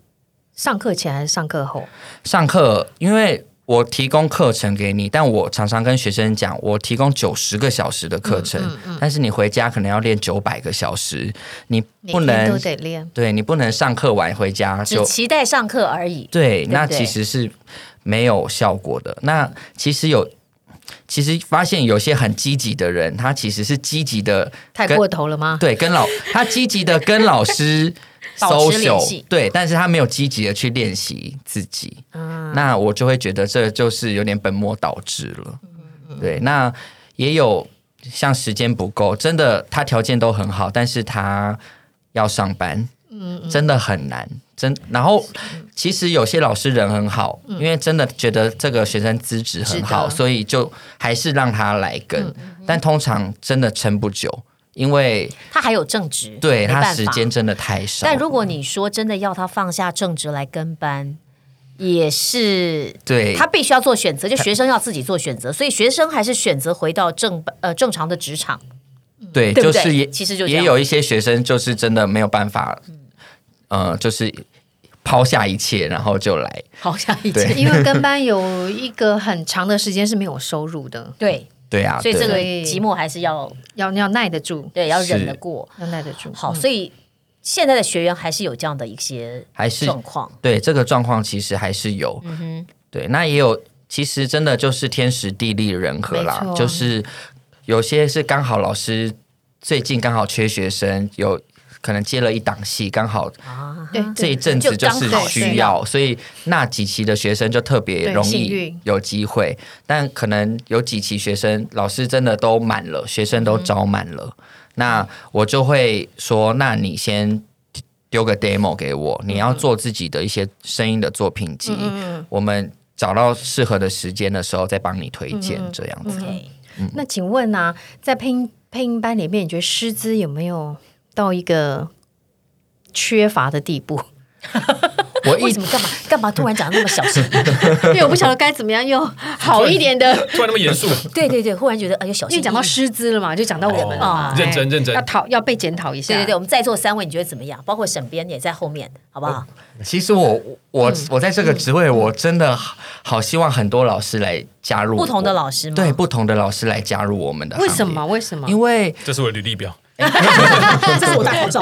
Speaker 5: 上课前还是上课后？
Speaker 6: 上课，因为我提供课程给你，但我常常跟学生讲，我提供九十个小时的课程，
Speaker 5: 嗯
Speaker 6: 但是你回家可能要练九百个小时，你
Speaker 5: 每
Speaker 6: 不
Speaker 5: 天都
Speaker 6: 能
Speaker 5: 得练。
Speaker 6: 对你不能上课完回家
Speaker 2: 只
Speaker 6: 就
Speaker 2: 期待上课而已。
Speaker 6: 对，
Speaker 2: 不
Speaker 6: 那
Speaker 2: 对
Speaker 6: 其实是没有效果的。那其实有。其实发现有些很积极的人，他其实是积极的
Speaker 5: 太过头了吗？
Speaker 6: 对， 跟老他积极的跟老师
Speaker 2: 保持联
Speaker 6: social，
Speaker 2: 系
Speaker 6: 对，但是他没有积极的去练习自己，
Speaker 2: 嗯
Speaker 6: 那我就会觉得这就是有点本末倒置了。
Speaker 2: 嗯
Speaker 6: 对，那也有像时间不够，真的他条件都很好，但是他要上班，
Speaker 2: 嗯
Speaker 6: 真的很难。真，然后其实有些老师人很好，因为真的觉得这个学生资质很好，
Speaker 5: 值得
Speaker 6: 所以就还是让他来跟。
Speaker 2: 嗯
Speaker 6: 但通常真的撑不久，因为
Speaker 2: 他还有正职，
Speaker 6: 对
Speaker 2: 没
Speaker 6: 他
Speaker 2: 办
Speaker 6: 时
Speaker 2: 法
Speaker 6: 间真的太少。
Speaker 2: 但如果你说真的要他放下正职来跟班，也是
Speaker 6: 对
Speaker 2: 他必须要做选择，就学生要自己做选择，所以学生还是选择回到正呃正常的职场。
Speaker 6: 对，
Speaker 2: 对不
Speaker 6: 就
Speaker 2: 对
Speaker 6: 是也
Speaker 2: 其实就这样嗯
Speaker 6: 也有一些学生就是真的没有办法，呃，就是抛下一切，然后就来。
Speaker 2: 好像以
Speaker 6: 对
Speaker 2: 前
Speaker 5: 因为跟班有一个很长的时间是没有收入的，
Speaker 2: 对，
Speaker 6: 对啊，
Speaker 2: 所以这个
Speaker 6: 对
Speaker 2: 寂寞还是要
Speaker 5: 要要耐得住，
Speaker 2: 对要忍
Speaker 6: 是
Speaker 2: 得过。
Speaker 5: 要耐得住。嗯
Speaker 6: 嗯
Speaker 2: 好，所以现在的学员还是有这样的一些
Speaker 6: 还是
Speaker 2: 状况，
Speaker 6: 对这个状况其实还是有，
Speaker 2: 嗯
Speaker 6: 对，那也有，其实真的就是天时地利人和啦
Speaker 5: 没，错
Speaker 6: 就是有些是刚好老师最近刚好缺学生，有可能接了一档戏，刚好
Speaker 5: 对
Speaker 6: 这一
Speaker 5: 对
Speaker 6: 阵子就是
Speaker 2: 就刚好
Speaker 6: 需要，所以那几期的学生就特别容
Speaker 5: 对幸
Speaker 6: 易
Speaker 5: 运
Speaker 6: 有机会，但可能有几期学生老师真的都满了，学生都招满了，那我就会说，那你先。丢个 demo 给我，你要做自己的一些声音的作品集，我们找到适合的时间的时候再帮你推荐，这样
Speaker 5: 嗯
Speaker 6: 子。
Speaker 2: 对，
Speaker 5: 那请问啊，在配音配音班里面，你觉得师资有没有到一个缺乏的地步？
Speaker 6: 我
Speaker 2: 为
Speaker 6: 一
Speaker 2: 什么干嘛干嘛突然讲得那么小 声？
Speaker 5: 因为我不晓得该怎么样用好一点的。
Speaker 4: 突然那么严肃，
Speaker 2: 对对对，忽然觉得哎呦小
Speaker 5: 因
Speaker 2: 心翼
Speaker 5: 为
Speaker 2: 翼。
Speaker 5: 讲到师资了嘛，就讲到我们了嘛
Speaker 2: 哦
Speaker 4: 认真认真
Speaker 5: 要讨要被检讨一下。
Speaker 2: 对对对，我们在座三位你觉得怎么样？包括沈编也在后面，好不
Speaker 6: 呃
Speaker 2: 好？
Speaker 6: 其实我我我在这个职位，我真的好好希望很多老师来加入我，
Speaker 2: 不同的老师吗？
Speaker 6: 对，不同的老师来加入我们的。
Speaker 5: 为什么？？为什么？
Speaker 6: 因为
Speaker 4: 这是我的履历表。
Speaker 2: 这是我的口罩。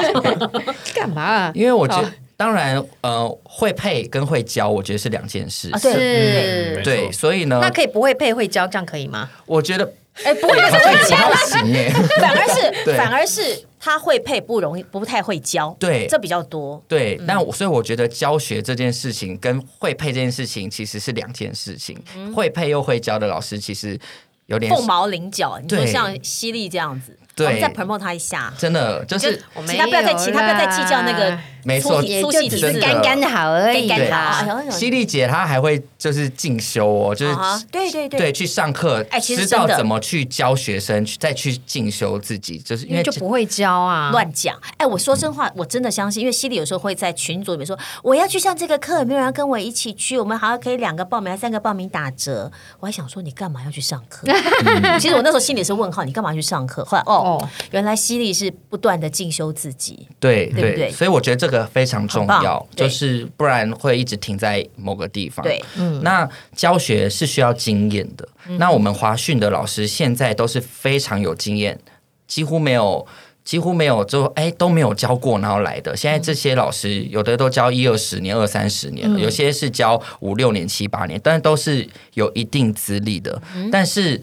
Speaker 5: 干嘛啊？
Speaker 6: 因为我觉
Speaker 5: 哦
Speaker 6: 得，当然，呃，会配跟会教，我觉得是两件事
Speaker 2: 啊。对
Speaker 4: 嗯
Speaker 5: 是
Speaker 4: 没错
Speaker 6: 对，所以呢
Speaker 5: 哦那，可以不会配会教，这样可以吗？
Speaker 6: 我觉得
Speaker 2: 哎，不会，这会教
Speaker 6: 不
Speaker 2: 啦。
Speaker 6: 行耶。
Speaker 2: 反而是
Speaker 6: 对
Speaker 2: 反而是他会配不容易，不太会教，
Speaker 6: 对
Speaker 2: 这比较多。
Speaker 6: 对，但我所以我觉得教学这件事情跟会配这件事情其实是两件事情。会配又会教的老师其实有点
Speaker 2: 凤毛麟角，你说
Speaker 6: 对
Speaker 2: 像犀利这样子，
Speaker 6: 对
Speaker 2: 我们再 promote 他一下，
Speaker 6: 真的就
Speaker 2: 就是
Speaker 5: 我没
Speaker 2: 请他不要再，
Speaker 5: 有
Speaker 2: 请他不要再
Speaker 5: 啦
Speaker 2: 计较那个
Speaker 6: 没
Speaker 2: 粗
Speaker 6: 错
Speaker 2: 体
Speaker 6: 也
Speaker 2: 粗
Speaker 6: 就
Speaker 2: 细体
Speaker 6: 只
Speaker 2: 字
Speaker 6: 是干干
Speaker 5: 的好而
Speaker 2: 干干
Speaker 6: 对
Speaker 2: 的啊。哎呦
Speaker 6: 犀利姐她还会就是进修哦，就是、
Speaker 2: 啊哈对对对
Speaker 6: 对去上课，
Speaker 2: 哎其实
Speaker 6: 知道
Speaker 2: 真的
Speaker 6: 怎么去教学生，去再去进修自己，就是因
Speaker 5: 因为
Speaker 6: 为
Speaker 5: 就不会教啊，
Speaker 2: 乱讲，哎，我说真话，我真的相信，因为犀利有时候会在群组里面说我要去上这个课，有没有人要跟我一起去？我们好像可以两个报名，还三个报名打折。我还想说你干嘛要去上课？ 其实我那时候心里是问号，你干嘛去上课？后来哦，
Speaker 5: 哦
Speaker 2: 原来犀利是不断的进修自己，
Speaker 6: 对
Speaker 2: 对不
Speaker 6: 对
Speaker 2: 对
Speaker 6: 所以我觉得这个非常重
Speaker 2: 很
Speaker 6: 要
Speaker 2: 棒，对
Speaker 6: 就是不然会一直停在某个地方。
Speaker 2: 对，嗯
Speaker 6: 嗯，那教学是需要经验的。那我们华讯的老师现在都是非常有经验，几乎没有。几乎没有，就哎都没有教过，然后来的。
Speaker 2: 嗯
Speaker 6: 现在这些老师，有的都教一二十年、二三十年了，有些是教五六年、七八年，但都是有一定资历的。
Speaker 2: 嗯
Speaker 6: 但是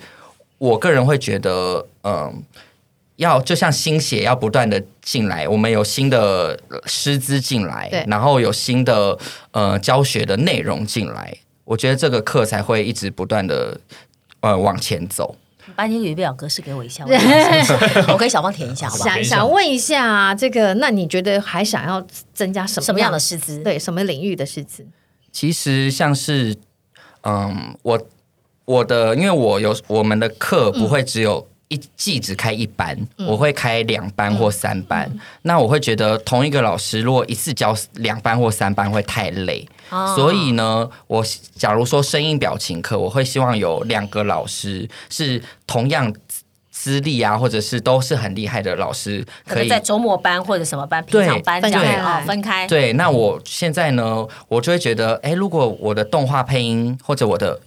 Speaker 6: 我个人会觉得，嗯，要就像新血要不断的进来，我们有新的呃师资进
Speaker 5: 对
Speaker 6: 来，然后有新的呃教学的内容进来，我觉得这个课才会一直不断的呃往前走。
Speaker 2: 把你履表格式给我一 下，我想一下我给小芳填一下，好不好？
Speaker 5: 想想问一下啊，这个，那你觉得还想要增加什么
Speaker 2: 什么样的师资？
Speaker 5: 对什么领域的师资？
Speaker 6: 其实像是嗯，我我的因为我有我们的课不会只有。一季只开一班，
Speaker 2: 嗯
Speaker 6: 我会开两班或三班。那我会觉得同一个老师如果一次教两班或三班会太累，
Speaker 2: 哦
Speaker 6: 所以呢，我假如说声音表情课，我会希望有两个老师是同样资资历啊，或者是都是很厉害的老师，
Speaker 2: 可
Speaker 6: 可
Speaker 2: 能
Speaker 6: 以
Speaker 2: 在周末班或者什么班、
Speaker 6: 对
Speaker 2: 平常班这样
Speaker 5: 分
Speaker 2: 子
Speaker 5: 开
Speaker 2: 啊，
Speaker 5: 来
Speaker 2: 分开。
Speaker 6: 对，那我现在呢，我就会觉得，哎，如果我的动画配音或者我的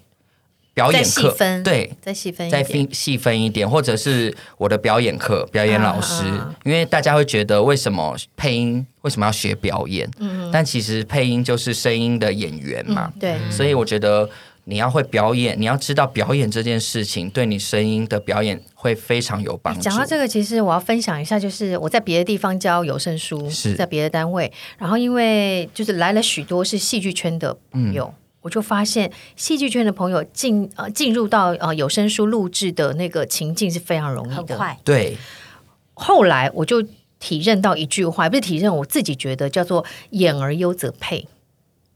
Speaker 6: 表演
Speaker 5: 再细
Speaker 6: 课，
Speaker 5: 分
Speaker 6: 对，
Speaker 5: 再细分一
Speaker 6: 再
Speaker 5: 点，
Speaker 6: 分细分一点，或者是我的表演课、表演老师，
Speaker 5: 啊
Speaker 6: 因为大家会觉得为什么配音为什么要学表演？
Speaker 5: 嗯
Speaker 6: 但其实配音就是声音的演员
Speaker 2: 嗯
Speaker 6: 嘛，
Speaker 5: 对，
Speaker 6: 所以我觉得你要会表演，你要知道表演这件事情对你声音的表演会非常有帮助。
Speaker 5: 讲到这个，其实我要分享一下，就是我在别的地方教有声书，
Speaker 6: 是
Speaker 5: 在别的单位，然后因为就是来了许多是戏剧圈的朋友。
Speaker 6: 嗯
Speaker 5: 我就发现戏剧圈的朋友进呃进入到呃有声书录制的那个情境是非常容易的，
Speaker 2: 很快，
Speaker 6: 对，
Speaker 5: 后来我就体认到一句话，不是体认，我自己觉得叫做“演而优则配”。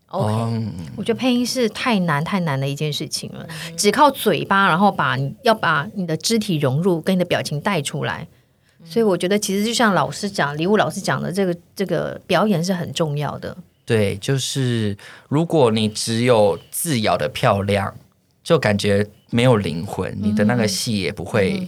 Speaker 2: OK，
Speaker 6: 嗯
Speaker 5: 我觉得配音是太难太难的一件事情了，只靠嘴巴，然后把你要把你的肢体融入，跟你的表情带出来。所以我觉得，其实就像老师讲，礼物老师讲的，这个这个表演是很重要的。
Speaker 6: 对，就是如果你只有字咬的漂亮，
Speaker 5: 嗯
Speaker 6: 就感觉没有灵魂，你的那个戏也不会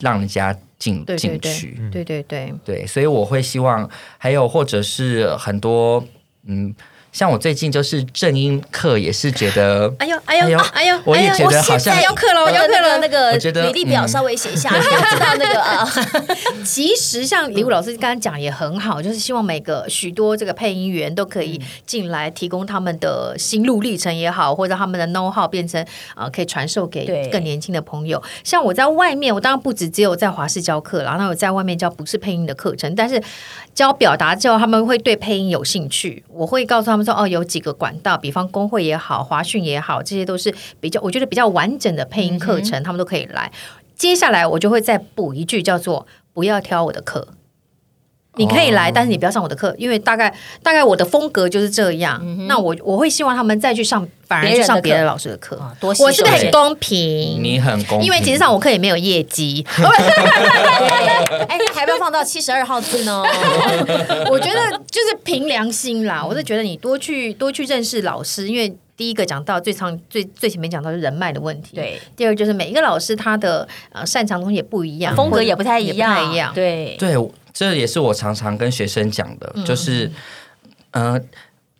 Speaker 6: 让人家进
Speaker 5: 对对
Speaker 6: 进
Speaker 5: 对
Speaker 6: 去。
Speaker 5: 对对对，
Speaker 6: 对，所以我会希望，还有或者是很多，嗯，像我最近就是正音课，也是觉得，
Speaker 5: 哎呦哎呦哎呦，
Speaker 6: 我也觉得好像
Speaker 5: 哎呦我现在要刻了，我
Speaker 2: 我
Speaker 5: 要
Speaker 2: 要
Speaker 5: 刻
Speaker 2: 那
Speaker 5: 了
Speaker 2: 个那。个
Speaker 6: 我觉得
Speaker 2: 履历表
Speaker 6: 嗯
Speaker 2: 稍微写一下，哦知道那个啊，
Speaker 5: 其实像李武老师刚刚讲也很好，就是希望每个许多这个配音员都可以进来提供他们的心路历程也好，或者他们的 know how 变成呃可以传授给
Speaker 2: 对
Speaker 5: 更年轻的朋友。像我在外面，我当然不止只有在华视教课啦，然后我在外面教不是配音的课程，但是教表达之后，他们会对配音有兴趣。我会告诉他们说，哦，有几个管道，比方工会也好，华讯也好，这些都是比较我觉得比较完整的配音课程，他们都可以来。接下来我就会再补一句，叫做“不要挑我的课”。你可以
Speaker 2: 哦
Speaker 5: 来，但是你不要上我的课，因为大概大概我的风格就是这样。那我我会希望他们再去上，反而
Speaker 2: 嗯别人
Speaker 5: 去
Speaker 2: 的
Speaker 5: 上别的
Speaker 2: 课
Speaker 5: 老师的课。
Speaker 2: 啊多吸
Speaker 5: 我是不是
Speaker 2: 收一
Speaker 5: 很
Speaker 2: 些
Speaker 5: 公平？
Speaker 6: 你很公平，
Speaker 5: 哎因为其实上我课也没有业 绩，
Speaker 2: 对 哎，还不要放到七十二号字呢。
Speaker 5: 我觉得就是凭良心啦，我是觉得你多去多去认识老师，因为第一个讲到最常最最前面讲到是人脉的问题，
Speaker 2: 对。
Speaker 5: 第二就是每一个老师他的呃擅长的东西也不一样，
Speaker 2: 风格也不太
Speaker 5: 也
Speaker 2: 一
Speaker 5: 不太
Speaker 2: 样，
Speaker 5: 一样。
Speaker 2: 对，
Speaker 6: 对，这也是我常常跟学生讲的，
Speaker 2: 嗯
Speaker 6: 就是，呃，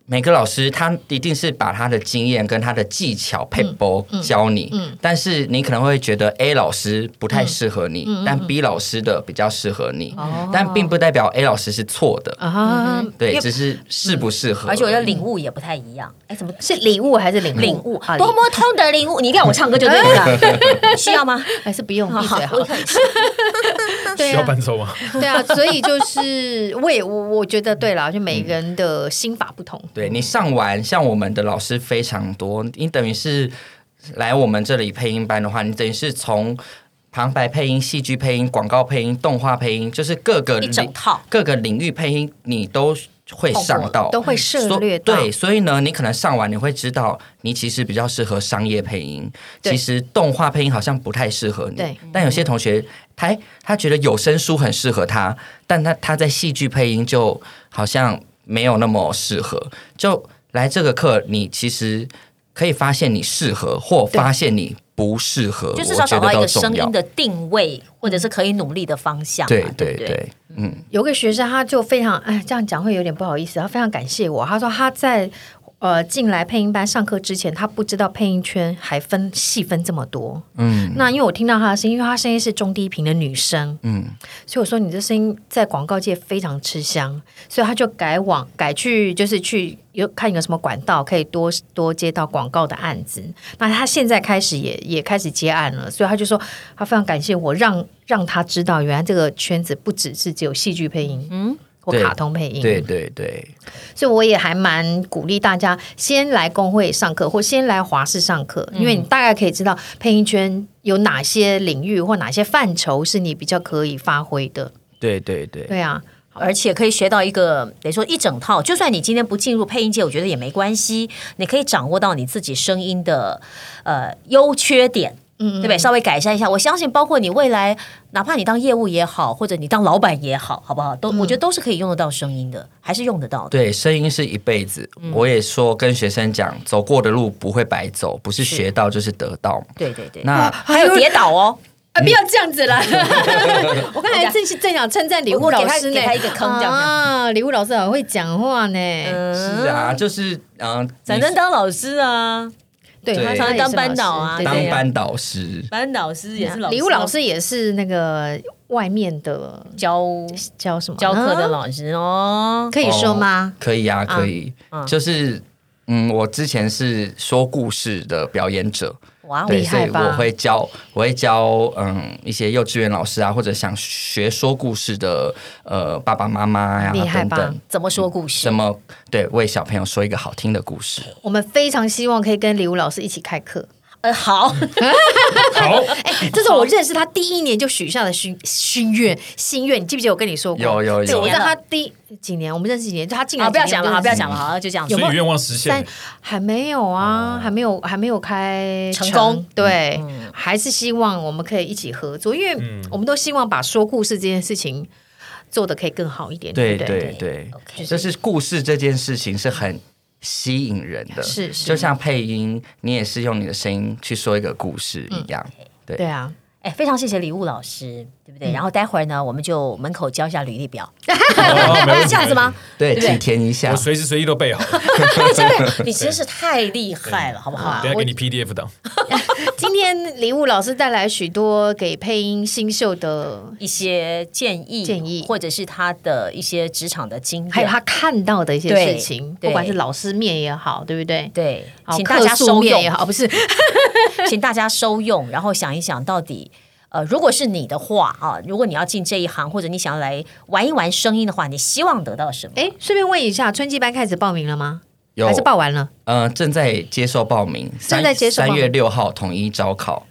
Speaker 6: 每个老师他一定是把他的经验跟他的技巧配
Speaker 2: 嗯
Speaker 6: 包教你，但是你可能会觉得 A 老师不
Speaker 2: 嗯
Speaker 6: 太适合你，但 B 老师的比较适合你，但并不代表 A 老师是错的，
Speaker 5: 啊，
Speaker 2: 哦
Speaker 6: 对，
Speaker 2: 因为嗯
Speaker 6: 只是适不适合已。
Speaker 2: 而且我的领悟也不太一样。哎，怎么
Speaker 5: 是礼物还是领
Speaker 2: 领悟
Speaker 5: 啊？
Speaker 2: 多
Speaker 5: 礼物
Speaker 2: 么痛的领悟！你看我唱歌就对了，需要吗？
Speaker 5: 还是不用闭嘴好
Speaker 2: 我
Speaker 5: 了。 对
Speaker 4: 需要
Speaker 5: 啊，
Speaker 4: 伴 奏吗？
Speaker 5: 对啊，所以就是我也我我觉得对啦，就每个人的心法不同。
Speaker 6: 对你上完，像我们的老师非常多，你等于是来我们这里配音班的话，你等于是从旁白配音、戏剧配音、广告配音、动画配音，就是各个
Speaker 2: 一
Speaker 6: 领
Speaker 2: 整套
Speaker 6: 各个领域配音，你都会上到，
Speaker 5: 都会涉略
Speaker 6: 所
Speaker 5: 到。
Speaker 6: 对，所以呢，你可能上完你会知道，你其实比较适合商业配音，
Speaker 5: 对
Speaker 6: 其实动画配音好像不太适合你。
Speaker 5: 对，
Speaker 6: 但有些同学他他觉得有声书很适合他，但他他在戏剧配音就好像没有那么适合。就来这个课，你其实可以发现你适合，或发现你不适合，
Speaker 2: 就
Speaker 6: 呃我
Speaker 2: 至少
Speaker 6: 觉
Speaker 2: 找
Speaker 6: 得
Speaker 2: 到一
Speaker 6: 都
Speaker 2: 个
Speaker 6: 重
Speaker 2: 声
Speaker 6: 要
Speaker 2: 音。的定位，或者是可以努力的方向嘛。
Speaker 6: 对
Speaker 2: 对
Speaker 6: 对
Speaker 2: 不
Speaker 6: 对，嗯，
Speaker 5: 有个学生他就非常哎，这样讲会有点不好意思，他非常感谢我，他说他在。呃，进来配音班上课之前，他不知道配音圈还分细分这么多。嗯，那因为我听到他的声音，因为他声音是中低频的女生，嗯，所以我说你这声音在广告界非常吃香，所以他就改往改去就是去有看有什么管道可以多多接到广告的案子。那他现在开始也也开始接案了，所以他就说他非常感谢我让让他知道，原来这个圈子不只是只有戏剧配音，嗯，或
Speaker 6: 对
Speaker 5: 卡通配音，
Speaker 6: 对对对，
Speaker 5: 所以我也还蛮鼓励大家先来工会上课，或先来华视上课，因为你大概可以知道配音圈有哪些领域或哪些范畴是你比较可以发挥的。
Speaker 6: 对对对。
Speaker 5: 对啊，
Speaker 2: 而且可以学到一个，等于说一整套。就算你今天不进入配音界，我觉得也没关系，你可以掌握到你自己声音的呃优缺点。嗯，对不对？稍微改善一下，我相信，包括你未来，哪怕你当业务也好，或者你当老板也好，好不好？都、我觉得都是可以用得到声音的，还是用得到的。
Speaker 6: 对，声音是一辈子。
Speaker 5: 嗯
Speaker 6: 我也说跟学生讲，走过的路不会白走，不是学到就是得到嘛。
Speaker 2: 对对对，
Speaker 6: 那
Speaker 2: 还有跌倒哦，
Speaker 5: 啊，不要这样子啦！ 我刚才正正想称赞礼物老师呢，
Speaker 2: 给他一个坑这样
Speaker 5: 啊！礼物老师很会讲话呢，
Speaker 6: 是啊，就是嗯，你
Speaker 2: 才能当老师啊，
Speaker 5: 对，
Speaker 6: 对
Speaker 5: 他
Speaker 6: 常
Speaker 5: 他
Speaker 6: 常
Speaker 5: 也
Speaker 2: 当
Speaker 5: 是
Speaker 2: 班
Speaker 5: 老师
Speaker 2: 导啊
Speaker 5: 对
Speaker 2: 当
Speaker 5: 对
Speaker 6: 当
Speaker 5: 对
Speaker 6: 班导师。
Speaker 2: 班导师也是老师、啊
Speaker 5: 礼物老师也是那个外面的
Speaker 2: 教
Speaker 5: 教什么
Speaker 2: 教课的
Speaker 5: 呢
Speaker 2: 老师哦，
Speaker 5: 可以说吗？
Speaker 6: 可以啊，可以。
Speaker 2: 嗯
Speaker 6: 就是嗯，我之前是说故事的表演者，
Speaker 2: 哇哦，
Speaker 6: 对，
Speaker 5: 厉
Speaker 6: 所
Speaker 5: 害
Speaker 6: 以
Speaker 5: 吧
Speaker 6: 我会教，我会教嗯一些幼稚园老师啊，或者想学说故事的呃爸爸妈妈呀
Speaker 5: 厉害
Speaker 6: 等
Speaker 5: 吧
Speaker 6: 等。
Speaker 2: 怎么说故事
Speaker 6: 怎？么对为小朋友说一个好听的故事？
Speaker 5: 我们非常希望可以跟礼物老师一起开课。
Speaker 2: 呃， 好，
Speaker 4: 好，
Speaker 2: 哎
Speaker 5: 这是我认识他第一年就许下的心心愿心愿，你记不记得我跟你说过？
Speaker 6: 有有
Speaker 5: 对，
Speaker 6: 有
Speaker 5: 我在他第几年，我们认识几年，就他进来
Speaker 2: 好，不要讲了，啊好，不要
Speaker 5: 讲。
Speaker 2: 讲了，好，就这样子。
Speaker 4: 所以愿望实现
Speaker 5: 三
Speaker 4: 了，
Speaker 5: 还没有啊，还没有还没有开
Speaker 2: 哦成功，嗯
Speaker 5: 对，还是希望我们可以一起合作，因为我们都希望把说故事这件事情做得可以更好一点，
Speaker 6: 对
Speaker 5: 不
Speaker 6: 对对
Speaker 2: OK
Speaker 6: 就是故事这件事情是很吸引人的，
Speaker 5: 是是
Speaker 6: 就像配音，你也是用你的声音去说一个故事一样。对
Speaker 5: 对啊，
Speaker 2: 哎，非常谢谢礼物老师，
Speaker 5: 嗯
Speaker 2: 对不对？然后待会儿呢，我们就门口交一下履 历表，
Speaker 4: 哦没问
Speaker 2: 是
Speaker 4: 题
Speaker 2: 这样子吗？
Speaker 6: 对，
Speaker 2: 对不对
Speaker 6: 请填一下
Speaker 4: 我。随时随地都备好了，
Speaker 2: 真的，你真是太厉害了，好不好啊
Speaker 4: 等一？下给你 PDF 档。
Speaker 5: 今天礼物老师带来许多给配音新秀的，
Speaker 2: 一些建议，
Speaker 5: 建议
Speaker 2: 或者是他的一些职场的经验，
Speaker 5: 还有他看到的一些
Speaker 2: 对
Speaker 5: 事情，
Speaker 2: 对
Speaker 5: 不管是老师面也好，对不对？
Speaker 2: 对，
Speaker 5: 好
Speaker 2: 请大家
Speaker 5: 客诉
Speaker 2: 收
Speaker 5: 面也
Speaker 2: 用，
Speaker 5: 哦好，不是
Speaker 2: 请大家收用，然后想一想到底。呃，如果是你的话啊，如果你要进这一行，或者你想要来玩一玩声音的话，你希望得到什么？
Speaker 5: 哎，顺便问一下，春季班开始报名了吗？
Speaker 6: 有
Speaker 5: 还是报完了？
Speaker 6: 嗯、正在接受报名，
Speaker 5: 正在接受报
Speaker 6: 三
Speaker 5: 名
Speaker 6: 月六号统一招考，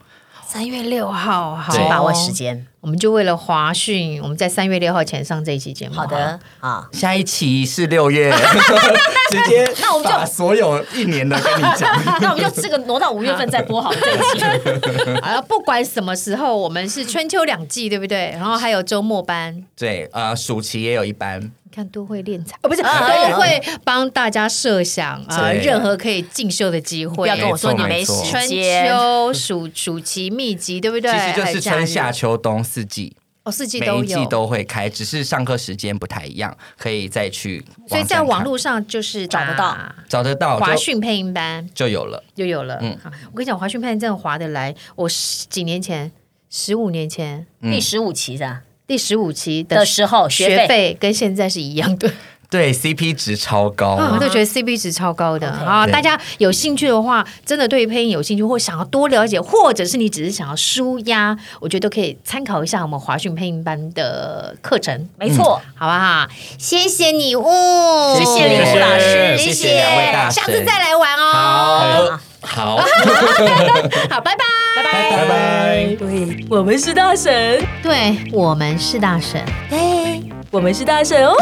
Speaker 5: 三月六号，好
Speaker 2: 请
Speaker 6: 对
Speaker 2: 把握时。间。
Speaker 5: 我们就为了华讯，我们在三月六号前上这一期节目。
Speaker 2: 好的，
Speaker 5: 哦
Speaker 2: 啊，
Speaker 6: 下一期是 六月，直接
Speaker 2: 那我们就
Speaker 6: 把所有一年的跟你讲。
Speaker 2: 啊 那我们就这个挪到五月份再播好了 这一期。
Speaker 5: 好了，不管什么时候，我们是春秋两季，对不对？然后还有周末班，
Speaker 6: 对，呃，暑期也有一班，
Speaker 5: 你看都会练才，哦，不是，
Speaker 2: 啊对
Speaker 5: 都会帮大家设想啊，
Speaker 6: 对
Speaker 5: 任何可以进修的机
Speaker 2: 不
Speaker 5: 会
Speaker 2: 要。跟我说你没
Speaker 6: 没错
Speaker 5: 春
Speaker 2: 时间。
Speaker 5: 秋暑暑期密集，对不对？
Speaker 6: 其实就
Speaker 5: 还
Speaker 6: 是
Speaker 5: 有假日
Speaker 6: 春夏秋冬四季，
Speaker 5: 哦，四季
Speaker 6: 每
Speaker 5: 都
Speaker 6: 一季
Speaker 5: 有。
Speaker 6: 都会开，只是上课时间不太一样，可以再去网站看。
Speaker 5: 所以在网络上就是
Speaker 2: 找得到
Speaker 5: 打
Speaker 6: 找得到
Speaker 5: 华
Speaker 6: 哦就嗯
Speaker 5: 讯配音班
Speaker 6: 就有了。
Speaker 5: 就有了。好我跟你讲，华讯配音真的划得来。我十几年前，十五年前
Speaker 2: 第十五期的
Speaker 5: 第十五期的
Speaker 2: 的时候，
Speaker 5: 学
Speaker 2: 学费
Speaker 5: 费跟现在是一样的，
Speaker 6: 对，CP 值超高。
Speaker 5: 啊，我都觉得 CP 值超高的啊！
Speaker 6: 哦对
Speaker 5: 大家有兴趣的话，真的对配音有兴趣，或想要多了解，或者是你只是想要舒压，我觉得都可以参考一下我们华讯配音班的课程，
Speaker 2: 没错。
Speaker 5: 好不好？谢谢你哦，
Speaker 6: 谢谢
Speaker 2: 谢
Speaker 6: 李
Speaker 2: 谢老师
Speaker 6: 谢谢两位大神
Speaker 5: 下次再来玩哦。
Speaker 6: 好好，
Speaker 5: 好，拜拜。
Speaker 6: 拜拜。
Speaker 2: 我们是大神，
Speaker 5: 对我们是大神。
Speaker 2: 我们是大神哦。